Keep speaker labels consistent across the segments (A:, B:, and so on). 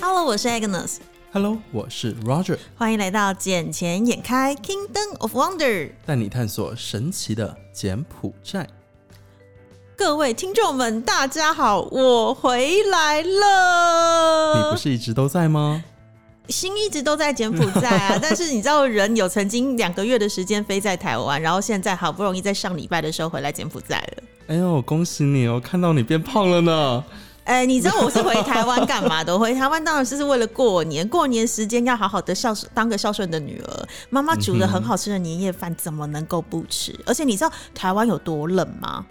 A: Hello，我是 Agnes，
B: Hello，我是 Roger，
A: 欢迎来到《眼前眼开 Kingdom of Wonder》。
B: 带你探索神奇的柬埔寨。
A: 各位听众们，大家好，我回来了。
B: 你不是一直都在吗？
A: 心一直都在柬埔寨啊， 但是你知道，人有曾经两个月的时间飞在台湾，然后现在好不容易在上礼拜的时候回来柬埔寨了。
B: 哎呦，恭喜你哦，看到你变胖了呢。
A: 哎、你知道我是回台湾干 嘛的？回台湾当然是为了过年，过年时间要好好的孝顺，当个孝顺的女儿。妈妈煮了很好吃的年夜饭，怎么能够不吃？而且你知道台湾有多冷吗？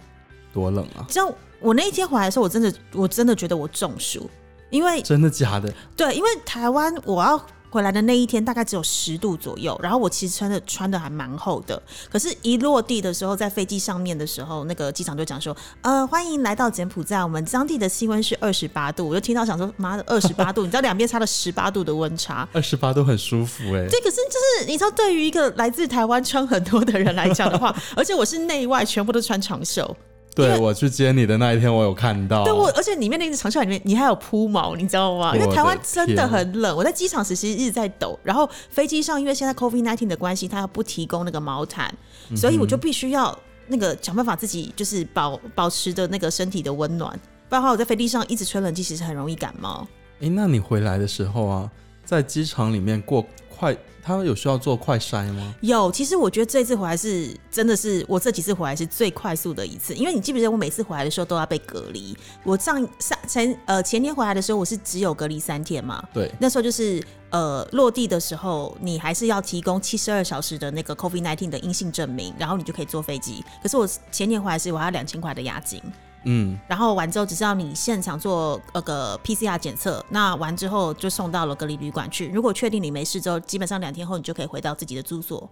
B: 多冷啊！
A: 像我那一天回来的时候，我真的我真的觉得我中暑，因为
B: 真的假的？
A: 对，因为台湾我要回来的那一天大概只有十度左右，然后我其实穿的穿的还蛮厚的，可是，一落地的时候，在飞机上面的时候，那个机场就讲说，呃，欢迎来到柬埔寨，我们当地的气温是二十八度，我就听到想说，妈的，二十八度，你知道两边差了十八度的温差。
B: 二十八都很舒服哎、
A: 对，可是就是你知道，对于一个来自台湾穿很多的人来讲的话，而且我是内外全部都穿长袖，
B: 对我去接你的那一天，我有看到。
A: 对我，而且里面那个长袖里面，你还有铺毛，你知道吗？因为
B: 我的
A: 台湾真的很冷，我在机场时其实一直在抖，然后飞机上因为现在 COVID nineteen 的关系，它不提供那个毛毯，
B: 嗯
A: 所以我就必须要那个想办法自己就是保保持着那个身体的温暖，不然的话我在飞机上一直吹冷气，其实很容易感冒。
B: 哎，那你回来的时候啊，在机场里面过快，他们有需要做快筛吗？
A: 有，其实我觉得这次回来是真的是我这几次回来是最快速的一次，因为你记不记得我每次回来的时候都要被隔离，我上上前呃前年回来的时候我是只有隔离三天嘛，
B: 对，
A: 那时候就是呃落地的时候，你还是要提供七十二小时的那个 COVID 1 9的阴性证明，然后你就可以坐飞机。可是我前年回来是我还要两千块的押金，
B: 嗯，
A: 然后完之后只是要你现场做那个 PCR 检测，那完之后就送到了隔离旅馆去。如果确定你没事之后，基本上两天后你就可以回到自己的住所。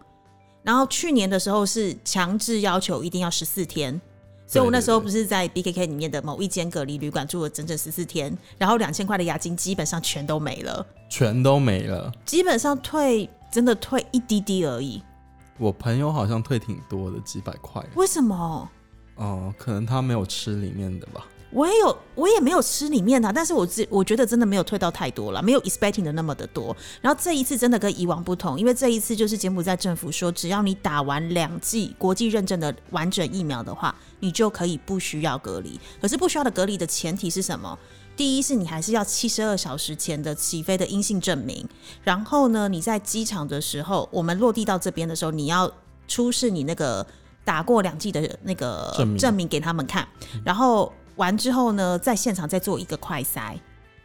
A: 然后去年的时候是强制要求一定要十四天，所以我那时候
B: 对对对
A: 不是在 BKK 里面的某一间隔离旅馆住了整整十四天，然后两千块的押金基本上全都没了。
B: 全都没了。
A: 基本上退真的退一滴滴而已。
B: 我朋友好像退挺多的，几百块。
A: 为什么？
B: 哦、可能他没有吃里面的吧。
A: 我也有，我也没有吃里面的啊、但是我自我觉得真的没有退到太多了，没有 expecting 的那么的多。然后这一次真的跟以往不同，因为这一次就是柬埔寨政府说，只要你打完两剂国际认证的完整疫苗的话，你就可以不需要隔离。可是不需要的隔离的前提是什么？第一是你还是要七十二小时前的起飞的阴性证明，然后呢，你在机场的时候，我们落地到这边的时候，你要出示你那个打过两剂的那个
B: 证明
A: 给他们看，然后完之后呢，在现场再做一个快筛。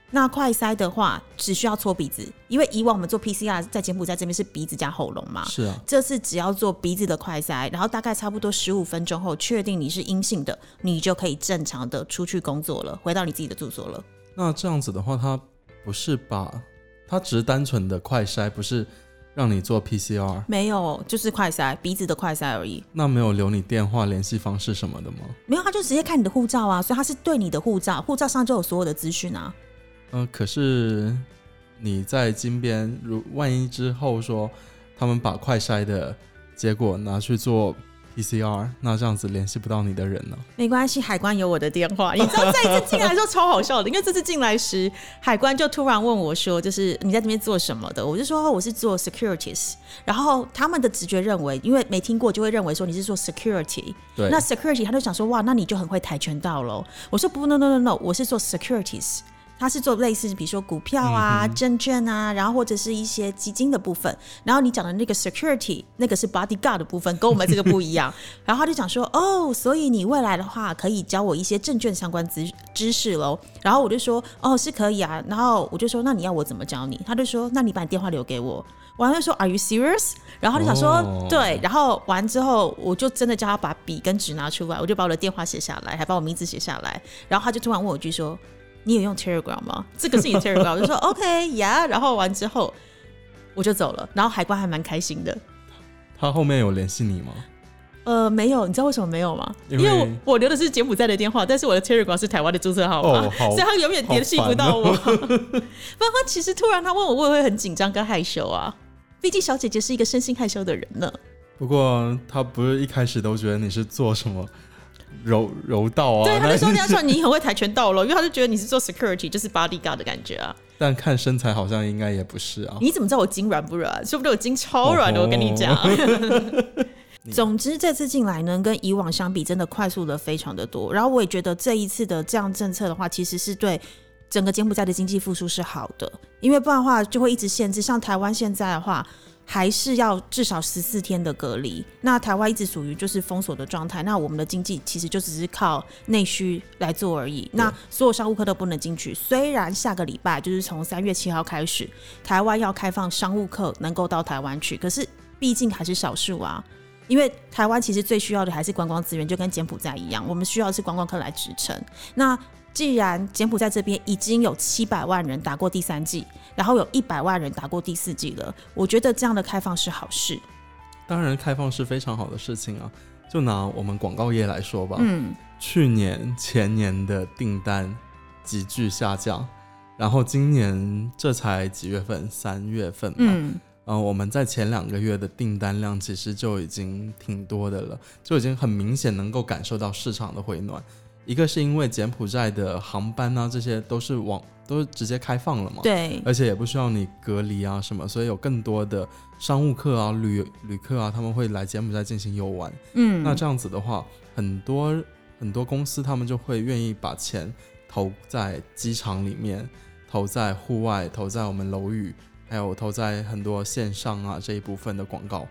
A: 那快筛的话，只需要搓鼻子，因为以往我们做 PCR 在柬埔寨这边是鼻子加喉咙嘛，
B: 是啊，
A: 这次只要做鼻子的快筛，然后大概差不多十五分钟后确定你是阴性的，你就可以正常的出去工作了，回到你自己的住所了。
B: 那这样子的话，他不是把，他只是单纯的快筛，不是让你做 PCR，
A: 没有，就是快筛，鼻子的快筛而已。
B: 那没有留你电话、联系方式什么的吗？
A: 没有，他就直接看你的护照啊，所以他是对你的护照，护照上就有所有的资讯啊。
B: 嗯、可是你在金边，如万一之后说他们把快筛的结果拿去做 PCR，那这样子联系不到你的人呢？
A: 没关系，海关有我的电话。你知道这一次进来的时候啊超好笑的，因为这次进来时，海关就突然问我说：“就是你在这边做什么的？”我就说哦我是做 securities，然后他们的直觉认为，因为没听过就会认为说你是做 security，
B: 对，
A: 那 security 他就想说，哇，那你就很会跆拳道喽。我说不，no no no no，我是做 securities，他是做类似比如说股票啊、证券啊，然后或者是一些基金的部分。然后你讲的那个 security，那个是 bodyguard 的部分，跟我们这个不一样。然后他就讲说，哦，所以你未来的话可以教我一些证券相关知知识喽。然后我就说，哦，是可以啊。然后我就说，那你要我怎么教你？他就说，那你把你电话留给我。我就说，Are you serious？然后他就想说，
B: 哦
A: 对。对，然后完之后，我就真的叫他把笔跟纸拿出来，我就把我的电话写下来，还把我名字写下来。然后他就突然问我一句说：“你有用 Telegram 吗？这个是你 Telegram？” 我就说：“OK 呀、然后完之后我就走了，然后海关还蛮开心的。
B: 他后面有联系你吗？
A: 呃，没有，你知道为什么没有吗？因
B: 因为
A: 为我我留的是柬埔寨的电话，但是我的 Telegram 是台湾的注册号码，
B: 哦 好哦
A: 所以他永远联系不到我。 不然他其实突然他问我，我也会很紧张跟害羞啊。毕竟小姐姐是一个生性害羞的人呢。
B: 不过他不是一开始都觉得你是做什么柔柔道啊，
A: 对，他就说
B: 那
A: 这样说你很会跆拳道咯，因为他就觉得你是做 security，就是 bodyguard 的感觉啊。
B: 但看身材好像应该也不是啊。
A: 你怎么知道我筋软不软？说不定我筋超软的，
B: 哦吼
A: 我跟你讲。 总之，这次进来呢，跟以往相比，真的快速的非常的多。然后我也觉得这一次的这样政策的话，其实是对整个柬埔寨的经济复苏是好的，因为不然的话就会一直限制。像台湾现在的话，还是要至少十四天的隔离。那台湾一直属于就是封锁的状态，那我们的经济其实就只是靠内需来做而已。那所有商务客都不能进去。虽然下个礼拜就是从三月七号开始，台湾要开放商务客能够到台湾去，可是毕竟还是少数啊。因为台湾其实最需要的还是观光资源，就跟柬埔寨一样，我们需要的是观光客来支撑。那既然柬埔寨这边已经有七百万人打过第三季，然后有一百万人打过第四季了，我觉得这样的开放是好事。
B: 当然，开放是非常好的事情啊。就拿我们广告业来说吧，
A: 嗯，
B: 去年、前年的订单急剧下降，然后今年这才几月份？三月份嘛。嗯、
A: 嗯，
B: 我们在前两个月的订单量其实就已经挺多的了，就已经很明显能够感受到市场的回暖。一个是因为柬埔寨的航班啊，这些都是往都直接开放了嘛，
A: 对，
B: 而且也不需要你隔离啊什么，所以有更多的商务客啊、旅旅客啊，他们会来柬埔寨进行游玩。
A: 嗯，
B: 那这样子的话，很多很多公司他们就会愿意把钱投在机场里面，投在户外，投在我们楼宇，还有投在很多线上啊这一部分的广告。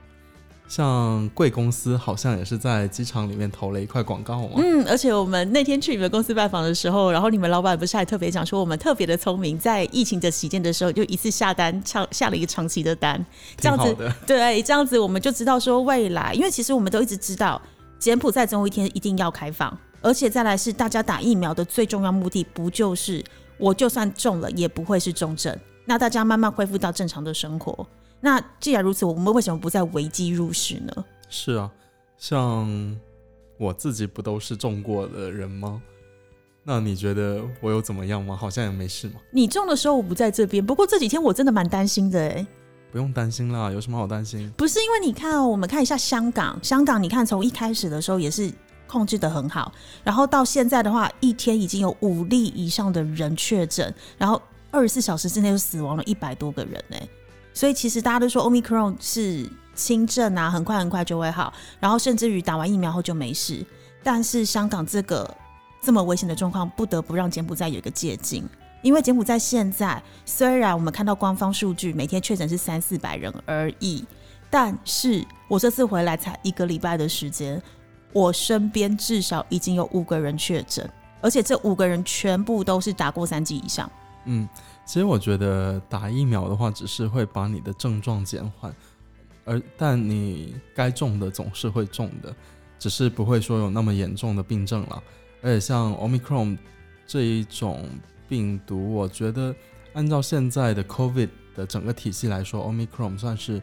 B: 像贵公司好像也是在机场里面投了一块广告嘛，
A: 嗯，而且我们那天去你们公司拜访的时候，然后你们老板不是还特别讲说，我们特别的聪明，在疫情的期间的时候，就一次下单长下了一个长期的单，这样
B: 挺好
A: 子
B: 的。
A: 对，这样子我们就知道说未来，因为其实我们都一直知道，柬埔寨总有一天一定要开放，而且再来是大家打疫苗的最重要目的，不就是我就算中了也不会是重症，那大家慢慢恢复到正常的生活。那既然如此，我们为什么不在危机入市呢？
B: 是啊，像我自己不都是中过的人吗？那你觉得我有怎么样吗？好像也没事嘛，
A: 你中的时候我不在这边，不过这几天我真的蛮担心的哎、
B: 不用担心啦，有什么好担心？
A: 不是因为你看哦，我们看一下香港，香港你看从一开始的时候也是控制的很好，然后到现在的话，一天已经有五例以上的人确诊，然后二十四小时之内就死亡了一百多个人呢、所以其实大家都说 Omicron 是轻症啊，很快很快就会好，然后甚至于打完疫苗后就没事。但是香港这个这么危险的状况，不得不让柬埔寨有一个借鉴。因为柬埔寨现在虽然我们看到官方数据每天确诊是三四百人而已，但是我这次回来才一个礼拜的时间，我身边至少已经有五个人确诊，而且这五个人全部都是打过三剂以上。
B: 嗯，其实我觉得打疫苗的话，只是会把你的症状减缓，而但你该中的总是会中的，只是不会说有那么严重的病症了。而且像 Omicron 这一种病毒，我觉得按照现在的 COVID 的整个体系来说，Omicron 算是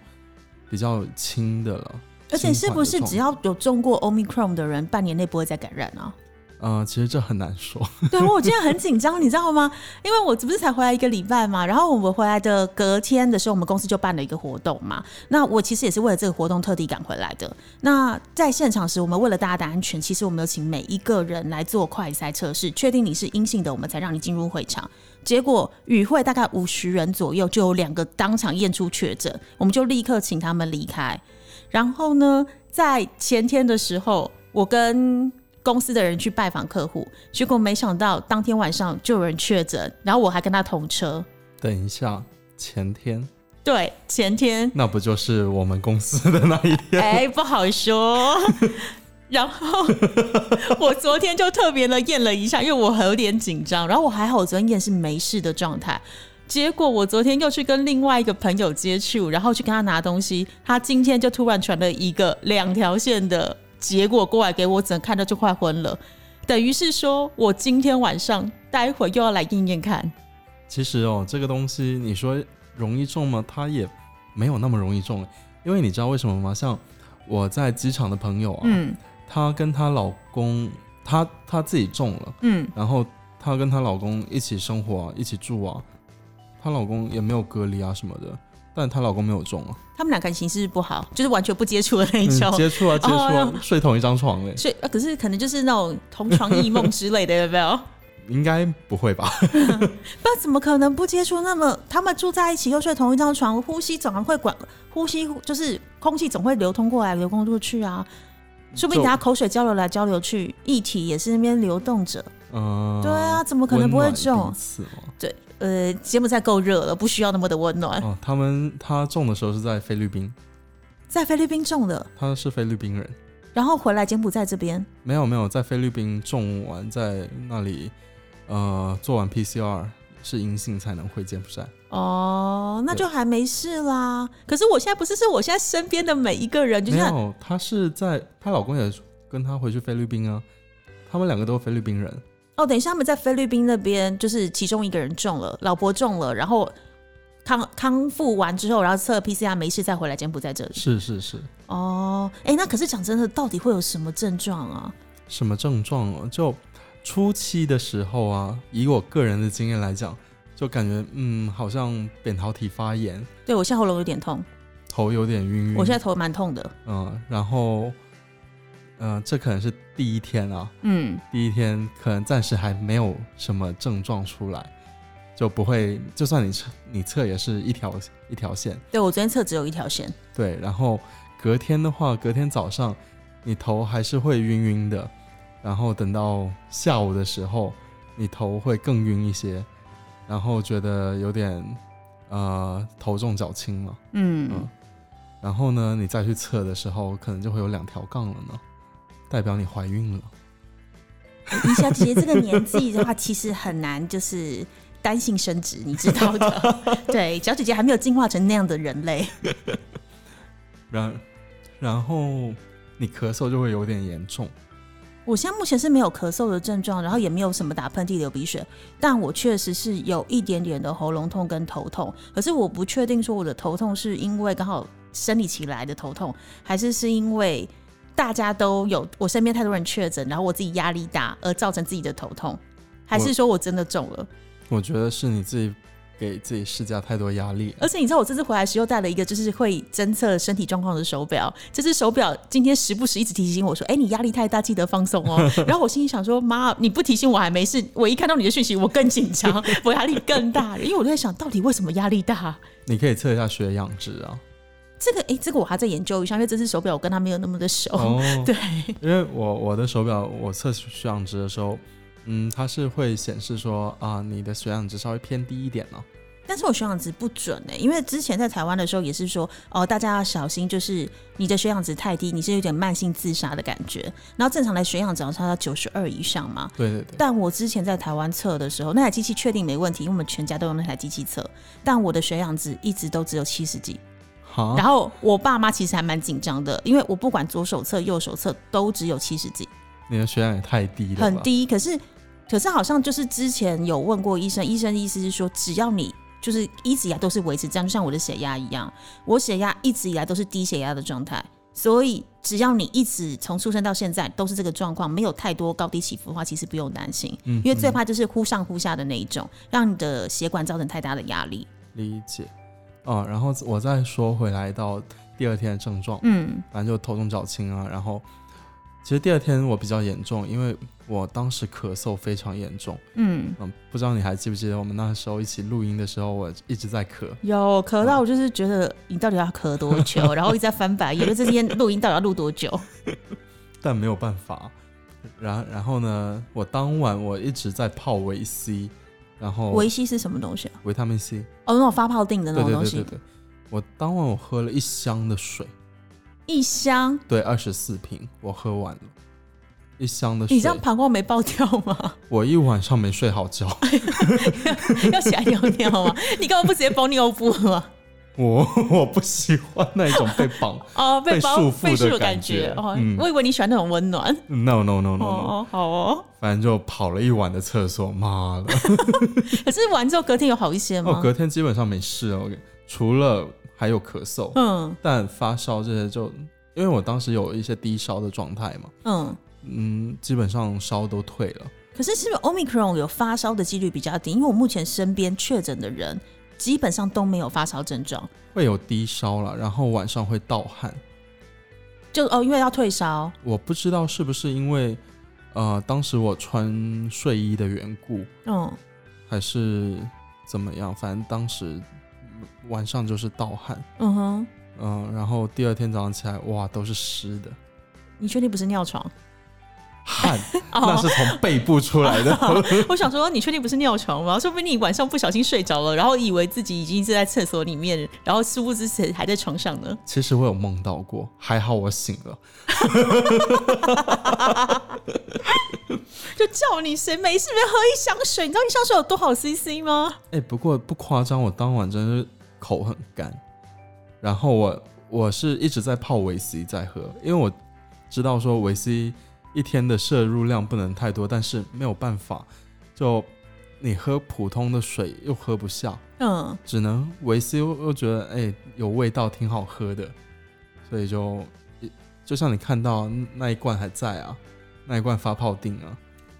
B: 比较轻的了。
A: 而且是不是只要有中过 Omicron 的人，半年内不会再感染啊？
B: 呃，其实这很难说。
A: 对我今天很紧张，你知道吗？因为我不是才回来一个礼拜嘛，然后我们回来的隔天的时候，我们公司就办了一个活动嘛。那我其实也是为了这个活动特地赶回来的。那在现场时，我们为了大家的安全，其实我们有请每一个人来做快筛测试，确定你是阴性的，我们才让你进入会场。结果与会大概五十人左右，就有两个当场验出确诊，我们就立刻请他们离开。然后呢，在前天的时候，我跟公司的人去拜访客户，结果没想到当天晚上就有人确诊，然后我还跟他同车。
B: 等一下，前天
A: 对，前天
B: 那不就是我们公司的那一天？
A: 哎、不好 说。然后我昨天就特别的验了一下，因为我还有点紧张。然后我还好，我昨天验是没事的状态。结果我昨天又去跟另外一个朋友接触，然后去跟他拿东西，他今天就突然传了一个两条线的结果过来给我，整个看到就快昏了。等于是说我今天晚上待会又要来验验看。
B: 其实哦，这个东西你说容易中吗？它也没有那么容易中，因为你知道为什么吗？像我在机场的朋友啊，
A: 嗯
B: 她跟她老公，她她自己中了，
A: 嗯，
B: 然后她跟她老公一起生活啊、一起住啊，她老公也没有隔离啊什么的，但她老公没有中啊，
A: 他们俩感情是不是不好，就是完全不接触的那一
B: 嗯
A: 种。
B: 接触啊接触
A: 哦
B: 啊，睡同一张床嘞，
A: 所以、啊，可是可能就是那种同床异梦之类的，有没 有？
B: 应该不 会吧？
A: 那怎么可能不接触？那么他们住在一起又睡同一张床，呼吸总会管，呼吸就是空气总会流通过来，流通过去啊。说不定
B: 就
A: 大家口水交流来交流去，液体也是那边流动着。
B: 嗯，
A: 对啊，怎么可能不会
B: 温暖
A: 中
B: 彼？此嘛
A: 对，呃，柬埔寨够热了，不需要那么的温暖。
B: 哦，他们他中的时候是在菲律宾，
A: 在菲律宾中的，
B: 他是菲律宾人，
A: 然后回来柬埔寨这边，
B: 没有没有，在菲律宾种完，在那里呃做完 PCR 是阴性才能回柬埔寨。
A: 哦，那
B: 对
A: 就还没事啦。可是我现在不是，是我现在身边的每一个人，就
B: 没
A: 像
B: 有，她是在她老公也跟她回去菲律宾啊，他们两个都是菲律宾人，
A: 哦，等一下他们在菲律宾那边，就是其中一个人中了，老婆中了，然后康康复完之后，然后测 PCR 没事再回来柬埔寨这里。
B: 是是是，
A: 哦，哎，那可是讲真的，到底会有什么症状啊？
B: 什么症状哦？就初期的时候啊，以我个人的经验来讲，就感觉嗯，好像扁桃体发炎，
A: 对我现在喉咙有点痛，
B: 头有点晕晕，
A: 我现在头蛮痛的。
B: 嗯，然后嗯、呃这可能是第一天啊，
A: 嗯，
B: 第一天可能暂时还没有什么症状出来，就不会，就算你测你测也是一条一条线，
A: 对我昨天测只有一条线。
B: 对。然后隔天的话，隔天早上你头还是会晕晕的，然后等到下午的时候，你头会更晕一些，然后觉得有点呃头重脚轻嘛。
A: 嗯
B: 嗯，然后呢，你再去测的时候，可能就会有两条杠了呢，代表你怀孕了。
A: 李小姐这个年纪的话，其实很难就是单性生殖，你知道 的。对，小姐姐还没有进化成那样的人类。
B: 然然后你咳嗽就会有点严重，
A: 我现在目前是没有咳嗽的症状，然后也没有什么打喷嚏、流鼻水，但我确实是有一点点的喉咙痛跟头痛。可是我不确定说我的头痛是因为刚好生理期来的头痛，还是是因为大家都有我身边太多人确诊，然后我自己压力大而造成自己的头痛，还是说我真的中了？
B: 我觉得是你自己给自己施加太多压力了。
A: 而且你知道我这次回来时又带了一个就是会侦测身体状况的手表，这只手表今天时不时一直提醒我说：“哎、你压力太大，记得放松哦。”然后我心里想说：“妈，你不提醒我还没事，我一看到你的讯息，我更紧张，我压力更大了。”因为我在想到底为什么压力大。
B: 你可以测一下血氧值啊。
A: 这个哎、这个我还在研究一下，因为这只手表我跟他没有那么的熟。
B: 哦，
A: 对，
B: 因为我我的手表我测血氧值的时候，嗯，它是会显示说啊，你的血氧值稍微偏低一点啊呢、
A: 但是我血氧值不准哎、因为之前在台湾的时候也是说，哦，大家要小心，就是你的血氧值太低，你是有点慢性自杀的感觉。然后正常的血氧值好像要九十二以上嘛，
B: 对对对，
A: 但我之前在台湾测的时候，那台机器确定没问题，因为我们全家都用那台机器测。但我的血氧值一直都只有七十几，
B: 好
A: 然，后我爸妈其实还蛮紧张的，因为我不管左手测右手测都只有七十几，
B: 你的血氧也太低了，
A: 很。低。可是，可是好像就是之前有问过医生，医生的意思是说，只要你就是一直以来都是维持这样，就像我的血压一样，我血压一直以来都是低血压的状态。所以，只要你一直从出生到现在都是这个状况，没有太多高低起伏的话，其实不用担心。
B: 嗯
A: 因为最
B: 嗯
A: 怕就是忽上忽下的那一种，让你的血管造成太大的压力。
B: 嗯理解。啊，然后我再说回来到第二天的症状，
A: 嗯，
B: 反正就头重脚轻啊。然后，其实第二天我比较严重，因为我当时咳嗽非常严重。
A: 嗯，
B: 嗯，不知道你还记不记得我们那时候一起录音的时候，我一直在咳。
A: 有咳到我就是觉得你到底要咳多 久，然后一直在翻白眼，就这天录音到底要录多久？
B: 但没有办法。然然后呢，我当晚我一直在泡维 C，然后
A: 维 C 是什么东西啊？
B: 维他命 C，
A: 哦，那种发泡定的那种
B: 对对
A: 东
B: 对
A: 西，
B: 对对。我当晚我喝了一箱的水，
A: 一箱。
B: 对，二十四瓶，我喝完了一箱的水。
A: 你这样膀胱没爆掉吗？
B: 我一晚上没睡好觉，
A: 要起来尿尿 吗？你干嘛不直接包尿布吗？
B: 我 我不喜欢那一种被绑。
A: 哦，被
B: 被
A: 包
B: 束缚
A: 被
B: 的
A: 束的
B: 感
A: 觉
B: 觉
A: 哦，
B: 嗯
A: 我以为你喜欢那种温暖。
B: No no no no no，、
A: 哦，好哦。
B: 反正就跑了一晚的厕所，妈 的！
A: 可是完之后隔天有好一些
B: 哦，
A: 吗？
B: 隔天基本上没事哦，除了还有咳嗽，
A: 嗯
B: 但发烧这些就，因为我当时有一些低烧的状态嘛，
A: 嗯。
B: 嗯，基本上烧都退了。
A: 可是是不是 Omicron 有发烧的几率比较低？因为我目前身边确诊的人基本上都没有发烧症状，
B: 会有低烧了，然后晚上会盗汗。
A: 就哦，因为要退烧，
B: 我不知道是不是因为呃当时我穿睡衣的缘故，
A: 嗯，
B: 还是怎么样，反正当时嗯晚上就是盗汗，
A: 嗯哼，
B: 嗯、然后第二天早上起来，哇，都是湿的
A: 你确定不是尿床？
B: 汗， 那
A: 哦，
B: 是从背部出来的。
A: 我想说，你确定不是尿床吗？说不定你晚上不小心睡着了，然后以为自己已经是在厕所里面，然后殊不知谁还在床上呢。
B: 其实我有梦到过，还好我醒了。
A: 就叫你谁没事没喝一箱水，你知道一箱水有多少 CC 吗？
B: 哎、不过不夸张，我当晚真是口很干，然后我我是一直在泡维 C 在喝，因为我知道说维 C 一天的摄入量不能太多，但是没有办法，就你喝普通的水又喝不下，
A: 嗯，
B: 只能维 C 又又觉得哎、有味道，挺好喝的，所以就就像你看到那一罐还在啊，那一罐发泡定啊，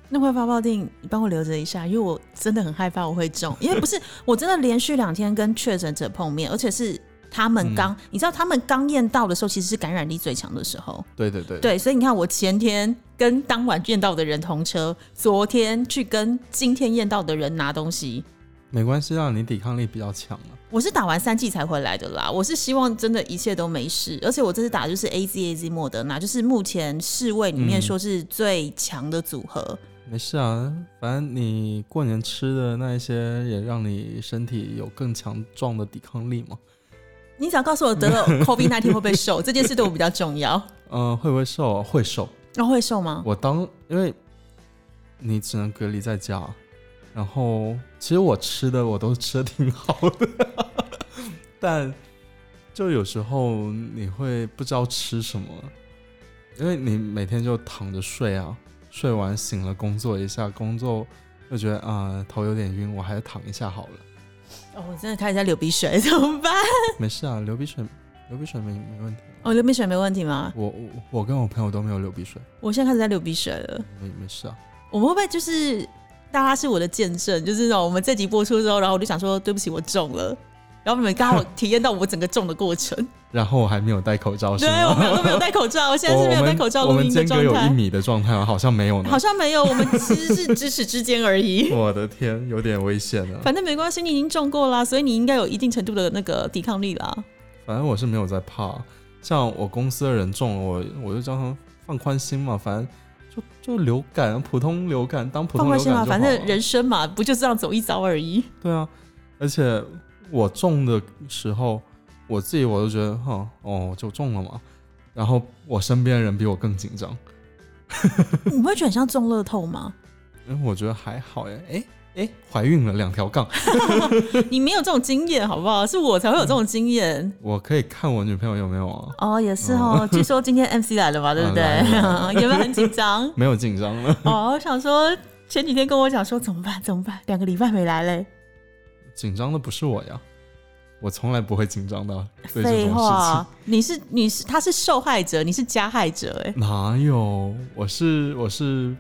A: 那块发泡定你帮我留着一下，因为我真的很害怕我会中，因为不是我真的连续两天跟确诊者碰面，而且是。他
B: 嗯
A: 们刚，你知道，他们刚验到的时候，其实是感染力最强的时候。
B: 对对对，
A: 对，所以你看，我前天跟当晚验到的人同车，昨天去跟今天验到的人拿东西。
B: 没关系，啊让你抵抗力比较强了、
A: 我是打完三剂才回来的啦，我是希望真的一切都没事，而且我这次打的就是 A Z A Z 莫德纳，就是目前世卫里面
B: 嗯
A: 说是最强的组合。
B: 没事啊，反正你过年吃的那一些也让你身体有更强壮的抵抗力嘛。
A: 你只要告诉我得 了 COVID 1 9会不会瘦，这件事对我比较重要。
B: 嗯、会不会瘦啊？会瘦。
A: 然哦后会瘦吗？
B: 我当因为你只能隔离在家，然后其实我吃的我都吃的挺好的， 但就有时候你会不知道吃什么，因为你每天就躺着睡啊，睡完醒了工作一下，工作又觉得啊、头有点晕，我还是躺一下好了。
A: 哦，我真的开始在流鼻水， 怎么办？
B: 没事啊，流鼻水，流鼻水没没问题。
A: 哦，流鼻水没问题吗？
B: 我我我跟我朋友都没有流鼻水，
A: 我现在开始在流鼻水了。
B: 没没事啊。
A: 我们会不会就是大家是我的见证？就是那种我们这集播出之后，然后我就想说对不起，我中了。然后你们刚好体验到我整个中的过程，
B: 然后我还没有戴口罩，是
A: 对
B: 吗？
A: 我们两个没有戴口罩，哦我现在
B: 我
A: 是没有
B: 我
A: 戴
B: 们
A: 口罩
B: 我
A: 录
B: 们
A: 音的
B: 间
A: 状
B: 隔有一
A: 态，
B: 米的状态吗？好像没有呢
A: 好。像没有， 我们其实是咫尺之间而已。
B: 我的天，有点危险啊了。
A: 反正没关系，你已经中过啦，所以你应该有一定程度的那个抵抗力啦。
B: 反正我是没有在怕，像我公司的人中了，我我就叫他们放宽心嘛，反正就就流感，普通流感当普
A: 放宽
B: 通流感
A: 心
B: 就好
A: 啦，
B: 了。
A: 反正人生嘛，不就这样走一遭而已。
B: 对啊，而且我中的时候，我自己我都觉得哈哦就中了嘛，然后我身边的人比我更紧张，
A: 你会觉得很像中乐透吗？
B: 因为我觉得还好耶，哎哎怀孕了两条杠，
A: 你没有这种经验好不好？是我才会有这种经验。
B: 我可以看我女朋友有没有啊，
A: 哦，也是哦。据说今天 MC 来了 嘛，对不对
B: 啊来了？？
A: 有没有很紧张
B: 没有紧张了，
A: 哦，我想说前几天跟我讲说怎么办怎么办，两个礼拜没来嘞。
B: 紧张的不是我呀，我从来不会紧张的，对这
A: 废
B: 种事
A: 话，你是你是他是受害者，你是加害者哎、
B: 情哪有，我是我是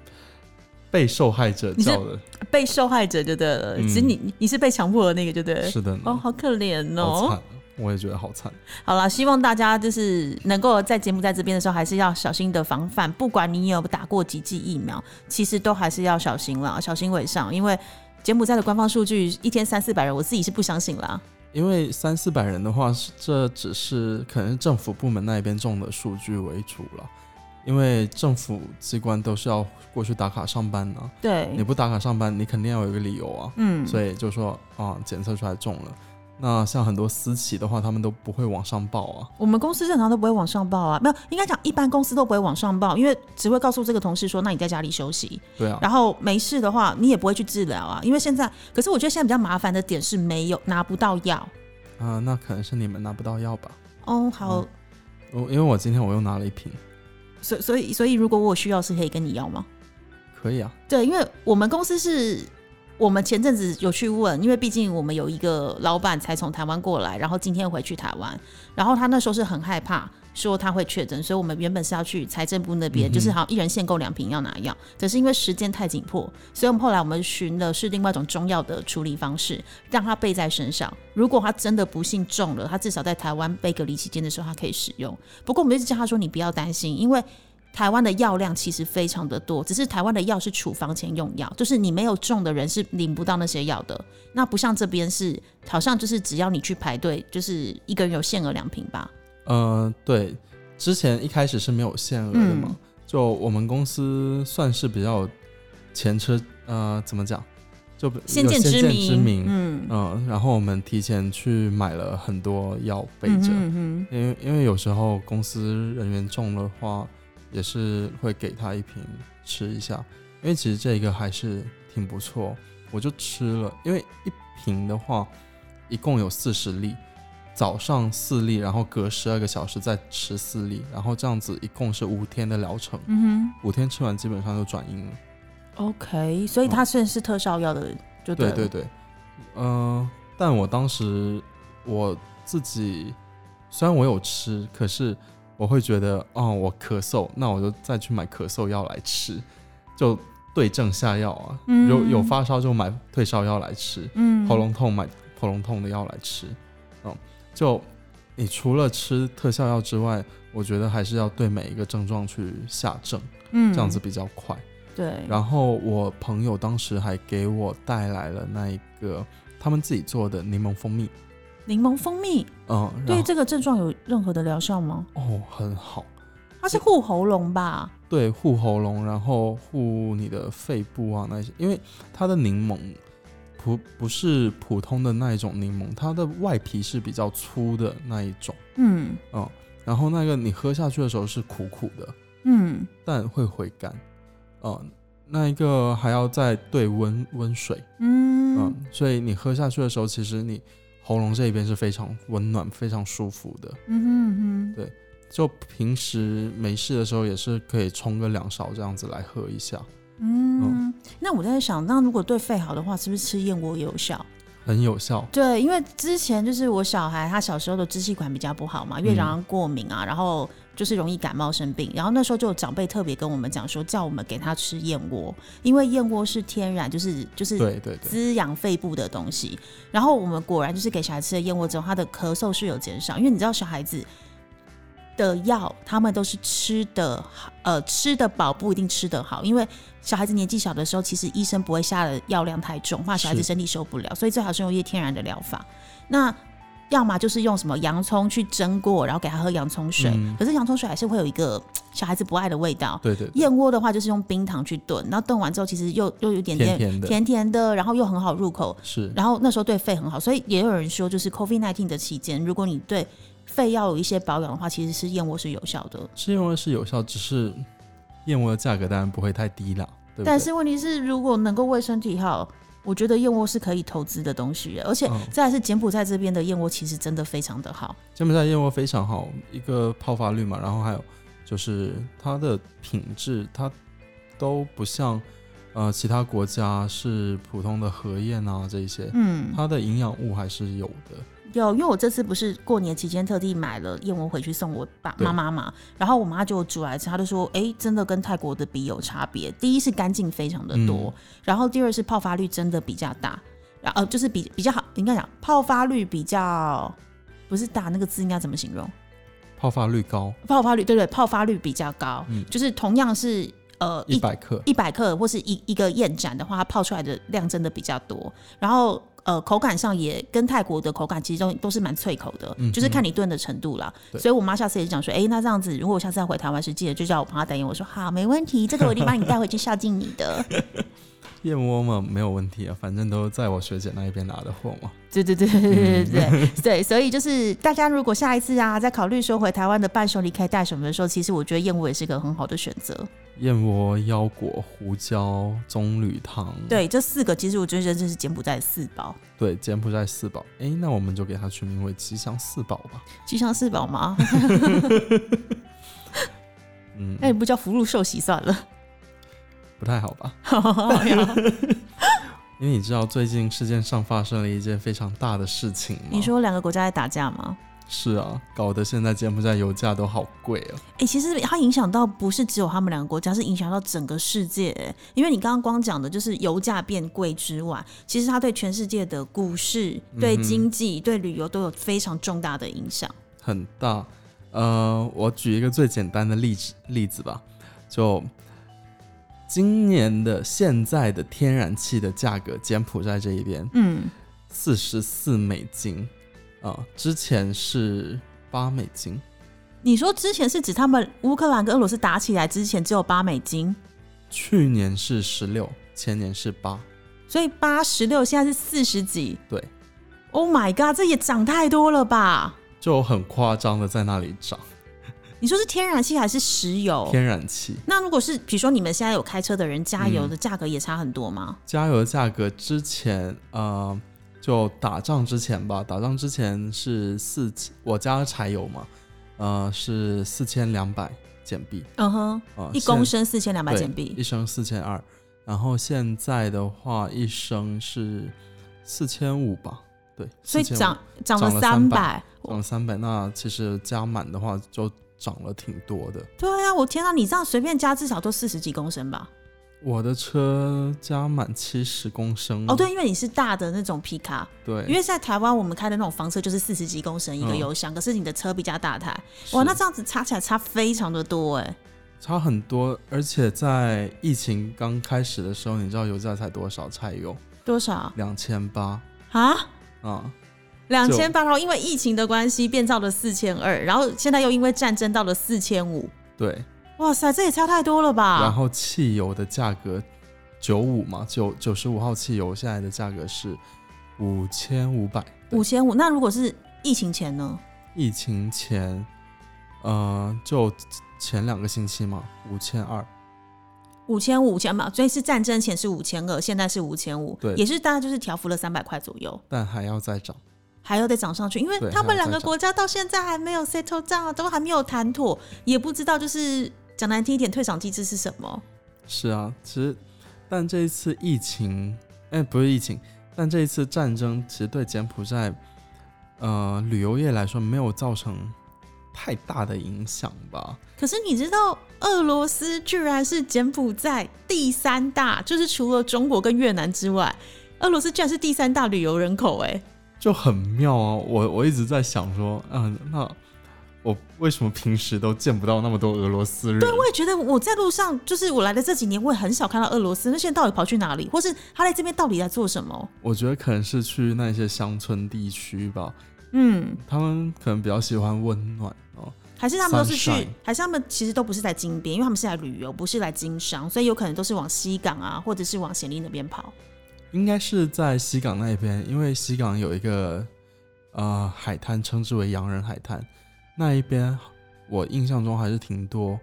B: 被受害者
A: 你是
B: 叫的，
A: 被受害者就对了，
B: 嗯
A: 只是你你是被强迫的那个就对了。
B: 是的呢，
A: 哦，好可怜
B: 好
A: 哦！
B: 惨，啊我也觉得好惨。
A: 好啦，希望大家就是能够在节目在这边的时候，还是要小心的防范。不管你有打过几剂疫苗，其实都还是要小心啦，小心为上。因为柬埔寨的官方数据一天三四百人，我自己是不相信啦。
B: 因为三四百人的话，是这只是可能是政府部门那边种的数据为主了，因为政府机关都是要过去打卡上班的、
A: 对
B: 你，不打卡上班，你肯定要有一个理由啊，
A: 嗯，
B: 所以就说啊，检测出来中了。那像很多私企的话，他们都不会往上报啊，
A: 我们公司正常都不会往上报啊，没有，应该讲一般公司都不会往上报，因为只会告诉这个同事说，那你在家里休息，
B: 对啊，
A: 然后没事的话，你也不会去治疗啊，因为现在，可是我觉得现在比较麻烦的点是没有拿不到药。
B: 啊、那可能是你们拿不到药吧。
A: 哦，好，
B: 嗯我因为我今天我又拿了一瓶，
A: 所所以所以如果我有需要是可以跟你要吗？
B: 可以啊，
A: 对，因为我们公司是。我们前阵子有去问，因为毕竟我们有一个老板才从台湾过来，然后今天回去台湾，然后他那时候是很害怕，说他会确诊，所以我们原本是要去财政部那边，就是好像一人限购两瓶要拿药，可是因为时间太紧迫，所以我们后来我们寻的是另外一种中药的处理方式，让他备在身上。如果他真的不幸中了，他至少在台湾被隔离期间的时候，他可以使用。不过我们一直叫他说你不要担心，因为。台湾的药量其实非常的多，只是台湾的药是处方前用药，就是你没有中的人是领不到那些药的。那不像这边是，好像就是只要你去排队，就是一个人有限额两瓶吧。
B: 呃，对，之前一开始是没有限额的嘛，
A: 嗯
B: 就我们公司算是比较前车，呃，怎么讲，就有
A: 先见之
B: 之
A: 明，
B: 明，
A: 嗯，
B: 嗯，然后我们提前去买了很多药备
A: 嗯
B: 着，
A: 哼哼
B: 因为因为有时候公司人员中了话，也是会给他一瓶吃一下，因为其实这个还是挺不错，我就吃了，因为一瓶的话一共有四十粒，早上四粒，然后隔十二个小时再吃四粒，然后这样子一共是五天的疗程，
A: 嗯
B: 五天吃完基本上就转阴了。
A: 哼，OK，所以它虽然是特效药的，就
B: 对
A: 了
B: 对，对，嗯、但我当时我自己虽然我有吃，可是我会觉得，哦，我咳嗽，那我就再去买咳嗽药来吃，就对症下药啊。有有
A: 嗯
B: 发烧就买退烧药来吃，
A: 嗯，
B: 喉咙痛买喉咙痛的药来吃。嗯，就你除了吃特效药之外，我觉得还是要对每一个症状去下症，
A: 嗯
B: 这样子比较快。
A: 对，
B: 然后我朋友当时还给我带来了那一个他们自己做的柠檬蜂蜜，
A: 柠檬蜂蜜
B: 嗯，然
A: 对
B: 后
A: 这个症状有任何的疗效吗？
B: 哦很好，
A: 它是护喉咙吧？
B: 对护喉咙，然后护你的肺部啊那些，因为它的柠檬不不是普通的那一种柠檬，它的外皮是比较粗的那一种，
A: 嗯
B: 嗯，然后那个你喝下去的时候是苦苦的，
A: 嗯，
B: 但会回甘，嗯，那一个还要再兑温温水。
A: 嗯
B: 嗯，，所以你喝下去的时候，其实你喉咙这一边是非常温暖、非常舒服的。
A: 嗯哼嗯哼，
B: 就平时没事的时候，也是可以冲个两勺这样子来喝一下，
A: 嗯。那我在想，那如果对肺好的话，是不是吃燕窝也有效？
B: 很有效。
A: 对，因为之前就是我小孩，他小时候的支气管比较不好嘛，因为常常过敏啊，然后就是容易感冒生病。然后那时候就有长辈特别跟我们讲说，叫我们给他吃燕窝，因为燕窝是天然，就是就是
B: 对对对，
A: 滋养肺部的东西。然后我们果然就是给小孩吃了燕窝之后，他的咳嗽是有减少，因为你知道小孩子的药，他们都是吃的呃吃的饱不一定吃得好，因为小孩子年纪小的时候，其实医生不会下的药量太重，怕小孩子
B: 是
A: 身体受不了，所以最好是用一些天然的疗法。那要么就是用什么洋葱去蒸过，然后给他喝洋葱水，
B: 嗯
A: 可是洋葱水还是会有一个小孩子不爱的味道。
B: 对对对，
A: 燕窝的话就是用冰糖去炖，然后炖完之后其实又又有点点
B: 甜甜的，
A: 甜甜的，然后又很好入口，
B: 是
A: 然后那时候对肺很好，所以也有人说，就是 COVID 1 9的期间，如果你对肺要有一些保养的话，其实是燕窝是有效的。
B: 是因为是有效，只是燕窝的价格当然不会太低啦，对不对？
A: 但是问题是，如果能够为身体好，我觉得燕窝是可以投资的东西耶，而且
B: 嗯
A: 再来是柬埔寨这边的燕窝其实真的非常的好。
B: 柬埔寨燕窝非常好，一个泡发率嘛，然后还有就是它的品质，它都不像呃其他国家是普通的荷叶啊这一些，
A: 嗯，
B: 它的营养物还是有的。
A: 有，因为我这次不是过年期间特地买了燕窝回去送我爸
B: 对
A: 妈妈嘛，然后我妈就煮来吃，她就说，哎、真的跟泰国的比有差别。第一是干净非常的多，
B: 嗯
A: 然后第二是泡发率真的比较大，然后、呃、就是比比较好，应该讲泡发率比较不是大那个字应该怎么形容？
B: 泡发率高，
A: 泡发率对对，泡发率比较高，
B: 嗯
A: 就是同样是呃
B: 一百克，
A: 一百克或是一一个燕盏的话，它泡出来的量真的比较多。然后呃，口感上也跟泰国的口感其实都都是蛮脆口的，
B: 嗯
A: 就是看你炖的程度啦。
B: 对
A: 所以我妈下次也是讲说，哎、那这样子，如果我下次要回台湾时，记得就叫我帮她代言。我说好，没问题，这个我一定帮你带回去孝敬你 的。
B: 燕窝嘛没有问题啊，反正都在我学姐那一边拿的货嘛。
A: 对对对对对对
B: 嗯
A: 对 对，所以就是大家如果下一次啊，在考虑说回台湾的伴手礼可以带什么的时候，其实我觉得燕窝也是个很好的选择。
B: 嗯燕窝、腰果、胡椒、棕榈糖，
A: 对，这四个其实我觉得这是柬埔寨的四宝。
B: 对，柬埔寨四宝。诶，那我们就给它取名为吉祥四宝吧。
A: 吉祥四宝 吗？
B: 嗯，
A: 那你不叫福禄寿喜算了。
B: 不太好吧？
A: 哎 呀
B: 因为你知道最近世界上发生了一件非常大的事情吗？
A: 你说两个国家在打架吗？
B: 是啊，搞得现在柬埔寨油价都好贵啊。
A: 哎、其实它影响到不是只有他们两个国家，是影响到整个世界欸。因为你刚刚光讲的就是油价变贵之外，其实它对全世界的股市、对经济、对旅游都有非常重大的影响。
B: 很大。呃，我举一个最简单的例子例子吧，就今年的现在的天然气的价格，柬埔寨这一边
A: 嗯，
B: 四十四美金啊、之前是八美金，
A: 你说之前是指他们乌克兰跟俄罗斯打起来之前只有八美金，
B: 去年是十六，前年是八，
A: 所以八十六现在是四十几。
B: 对，
A: Oh my god，这也涨太多了吧？
B: 就很夸张的在那里涨。
A: 你说是天然气还是石油？
B: 天然气
A: 那如果是比如说你们现在有开车的人，加油的价格也差很多吗？
B: 加油的价格之前呃，就打仗之前吧，打仗之前是四，我加柴油嘛，呃是四千两百减币
A: 嗯哼，
B: 啊，
A: 一公
B: 升
A: 升四千两百减币
B: 一。升四千二，然后现在的话一升是四千五吧，对，
A: 所以
B: 4500
A: 涨涨了
B: 涨了
A: 百。哦
B: 涨了三百，那其实加满的话就涨了挺多的。
A: 对啊，我天啊，你这样随便加至少都四十几公升吧？
B: 我的车加满七十公升
A: 哦，对，因为你是大的那种皮卡，
B: 对，
A: 因为在台湾我们开的那种房车就是四十几公升一个
B: 嗯
A: 油箱，可是你的车比较大台，哇，
B: 是
A: 那这样子差起来差非常的多哎、
B: 差很多，而且在疫情刚开始的时候，你知道油价才多少？柴油
A: 多少
B: 两千八
A: 啊？
B: 啊，
A: 两千八，然后因为疫情的关系变到了四千二，然后现在又因为战争到了四千五，
B: 对。
A: 哇塞，这也差太多了
B: 然
A: 吧？
B: 后汽油的价格九五嘛，九九十五号汽油现在的价格是五千五百。
A: 五千五，那如果是疫情前呢？
B: 疫情前，呃，就前两个星期嘛，五千二。
A: 五千五千嘛，所以是战争前是五千二，现在是五千五
B: 对，
A: 也是大概就是调幅了三百块左右，
B: 但还要再涨，
A: 还要再涨上去，因为
B: 对
A: 他们
B: 还要
A: 两个
B: 再涨
A: 国家到现在还没有 settle down，啊都还没有谈妥，也不知道就是讲难听一点，退场机制是什么。
B: 是啊，其实，但这一次疫情，哎，不是疫情，但这一次战争其实对柬埔寨，呃，旅游业来说没有造成太大的影响吧？
A: 可是你知道，俄罗斯居然是柬埔寨第三大，就是除了中国跟越南之外，俄罗斯居然是第三大旅游人口、哎，
B: 就很妙啊！我我一直在想说，嗯、那我为什么平时都见不到那么多俄罗斯人？对，
A: 我也觉得我在路上，就是我来的这几年，我也很少看到俄罗斯，那现在到底跑去哪里，或是他在这边到底在做什么？
B: 我觉得可能是去那些乡村地区吧，
A: 嗯，
B: 他们可能比较喜欢温暖哦。
A: 还是他们都是去
B: Sunshine，
A: 还是他们其实都不是在金边，因为他们是来旅游，不是来经商，所以有可能都是往西港啊，或者是往暹粒那边跑。
B: 应该是在西港那边，因为西港有一个呃海滩，称之为洋人海滩，那一边我印象中还是挺多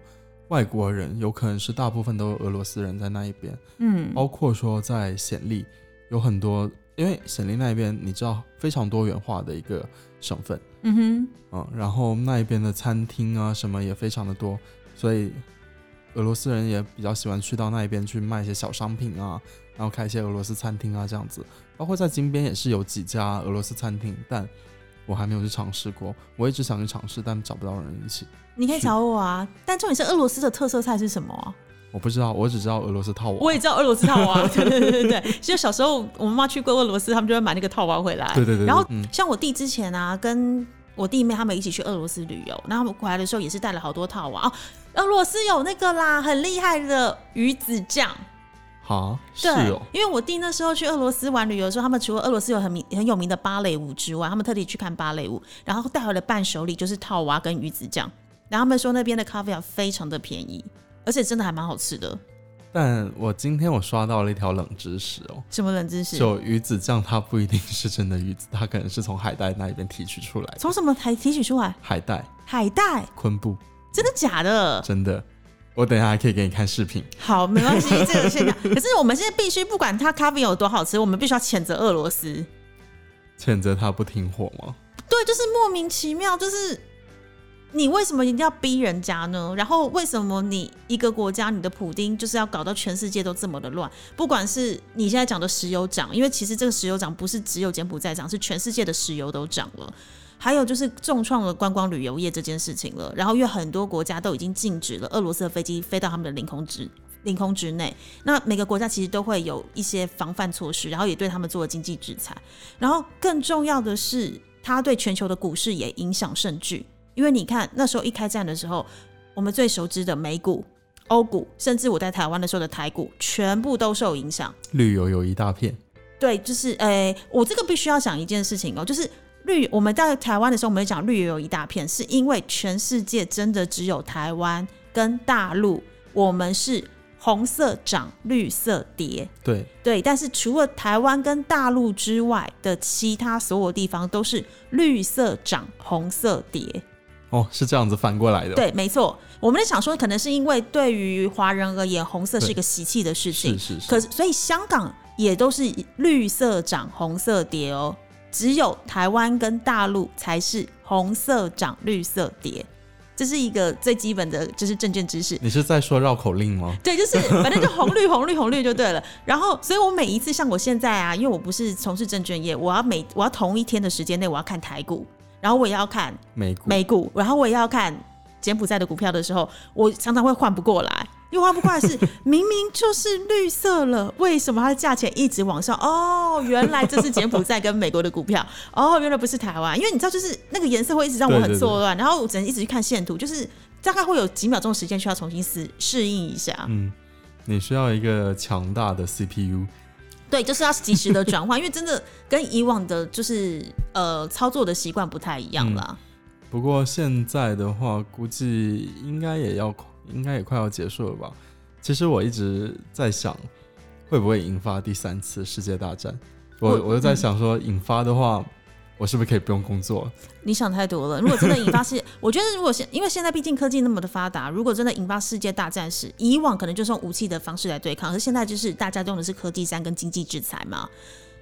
B: 外国人，有可能是大部分都是俄罗斯人在那一边，
A: 嗯，
B: 包括说在暹粒有很多，因为暹粒那一边你知道非常多元化的一个省份，
A: 嗯哼，
B: 嗯，然后那一边的餐厅啊什么也非常的多，所以俄罗斯人也比较喜欢去到那一边去卖一些小商品啊，然后开一些俄罗斯餐厅啊这样子。包括在金边也是有几家俄罗斯餐厅，但我还没有去尝试过，我一直想去尝试，但找不到人一起。
A: 你可以找我啊。但重点是俄罗斯的特色菜是什么啊？
B: 我不知道，我只知道俄罗斯套娃
A: 我。也知道俄罗斯套啊娃， 对对对对对。其实小时候我妈妈去过俄罗斯，他们就会买那个套娃回来。
B: 对对对对
A: 然后
B: 嗯
A: 像我弟之前啊，跟我弟妹他们一起去俄罗斯旅游，那他们回来的时候也是带了好多套娃哦。俄罗斯有那个啦，很厉害的鱼子酱。
B: 好，是
A: 对，
B: 哦，
A: 因为我弟那时候去俄罗斯玩旅游的时候，他们除了俄罗斯有很名很有名的芭蕾舞之外，他们特地去看芭蕾舞，然后带回了伴手礼就是套娃跟鱼子酱。然后他们说那边的咖啡啊非常的便宜，而且真的还蛮好吃的。
B: 但我今天我刷到了一条冷知识哦。
A: 什么冷知识？
B: 就鱼子酱，它不一定是真的鱼子，它可能是从海带那一边提取出来的。
A: 从什么台提取出来？
B: 海带、
A: 海带，
B: 昆布，
A: 真的假的？
B: 真的，我等一下还可以给你看视频。
A: 好，没关系，这个先讲。可是我们现在必须不管它咖啡有多好吃，我们必须要谴责俄罗斯。
B: 谴责他不听话吗？
A: 对，就是莫名其妙，就是你为什么一定要逼人家呢？然后为什么你一个国家你的普丁就是要搞到全世界都这么的乱？不管是你现在讲的石油涨，因为其实这个石油涨不是只有柬埔寨涨，是全世界的石油都涨了。还有就是重创了观光旅游业这件事情了。然后因为很多国家都已经禁止了俄罗斯的飞机飞到他们的领空之领空之内，那每个国家其实都会有一些防范措施，然后也对他们做了经济制裁。然后更重要的是，它对全球的股市也影响甚巨，因为你看那时候一开战的时候，我们最熟知的美股。欧股，甚至我在台湾的时候的台股，全部都受影响。
B: 绿油有一大片，
A: 对，就是诶、我这个必须要讲一件事情哦，就是绿，我们在台湾的时候，我们讲绿油油一大片，是因为全世界真的只有台湾跟大陆，我们是红色涨，绿色跌。
B: 对，
A: 对，但是除了台湾跟大陆之外的其他所有地方都是绿色涨，红色跌。
B: 哦，是这样子反过来的，，
A: 对，没错。我们在想说，可能是因为对于华人而言，红色是一个习气的事情
B: 是，是是，
A: 可是，所以香港也都是绿色涨，红色跌哦。只有台湾跟大陆才是红色涨，绿色跌，这是一个最基本的，就是证券知识。
B: 你是在说绕口令吗？
A: 对，就是反正就红绿红绿红绿就对了。然后，所以我每一次像我现在啊，因为我不是从事证券业，我要每我要同一天的时间内，我要看台股，然后我也要看
B: 美股，
A: 美股，然后我也要看柬埔寨的股票的时候，我常常会换不过来。因为换不过来是明明就是绿色了，为什么它的价钱一直往上？哦，原来这是柬埔寨跟美国的股票，哦，原来不是台湾。因为你知道，就是那个颜色会一直让我
B: 对
A: 很
B: 对对
A: 错乱，然后我只能一直去看线图，就是大概会有几秒钟的时间需要重新适适应一下。
B: 嗯，你需要一个强大的 CPU，
A: 对，就是要及时的转换，因为真的跟以往的，就是呃操作的习惯不太一样啦。
B: 不过现在的话，估计应该也要应该也快要结束了吧。其实我一直在想，会不会引发第三次世界大战？我
A: 我
B: 我就在想说，引发的话，我是不是可以不用工作？
A: 你想太多了。如果真的引发世， 我觉得如果现因为现在毕竟科技那么的发达，如果真的引发世界大战时，以往可能就是用武器的方式来对抗，而现在就是大家用的是科技战跟经济制裁嘛。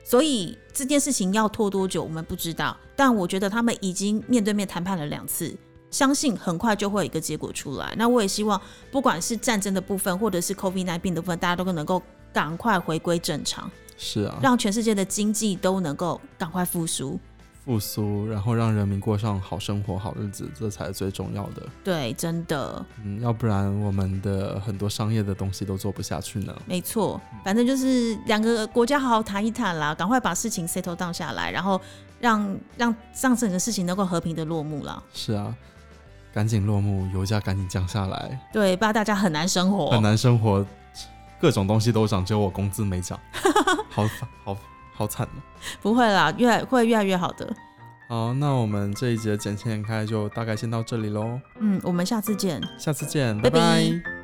A: 所以这件事情要拖多久，我们不知道。但我觉得他们已经面对面谈判了两次，相信很快就会有一个结果出来。那我也希望，不管是战争的部分，或者是 COVID 1 9的部分，大家都能够赶快回归正常，
B: 是啊，
A: 让全世界的经济都能够赶快复苏。
B: 复苏，然后让人民过上好生活、好日子，这才是最重要的。
A: 对，真的。
B: 嗯，要不然我们的很多商业的东西都做不下去呢。
A: 没错，
B: 嗯
A: 反正就是两个国家好好谈一谈啦，赶快把事情 settle down 下来，然后让让让整个事情能够和平的落幕啦。
B: 是啊，赶紧落幕，油价赶紧降下来，
A: 对，不然大家很难生活。
B: 很难生活，各种东西都涨，只有我工资没涨，好烦好好惨哦。
A: 不会啦，越来会越来越好的。
B: 好，那我们这一节简单开就大概先到这里喽，
A: 嗯，我们下次见。
B: 下次见，
A: 拜拜
B: 拜拜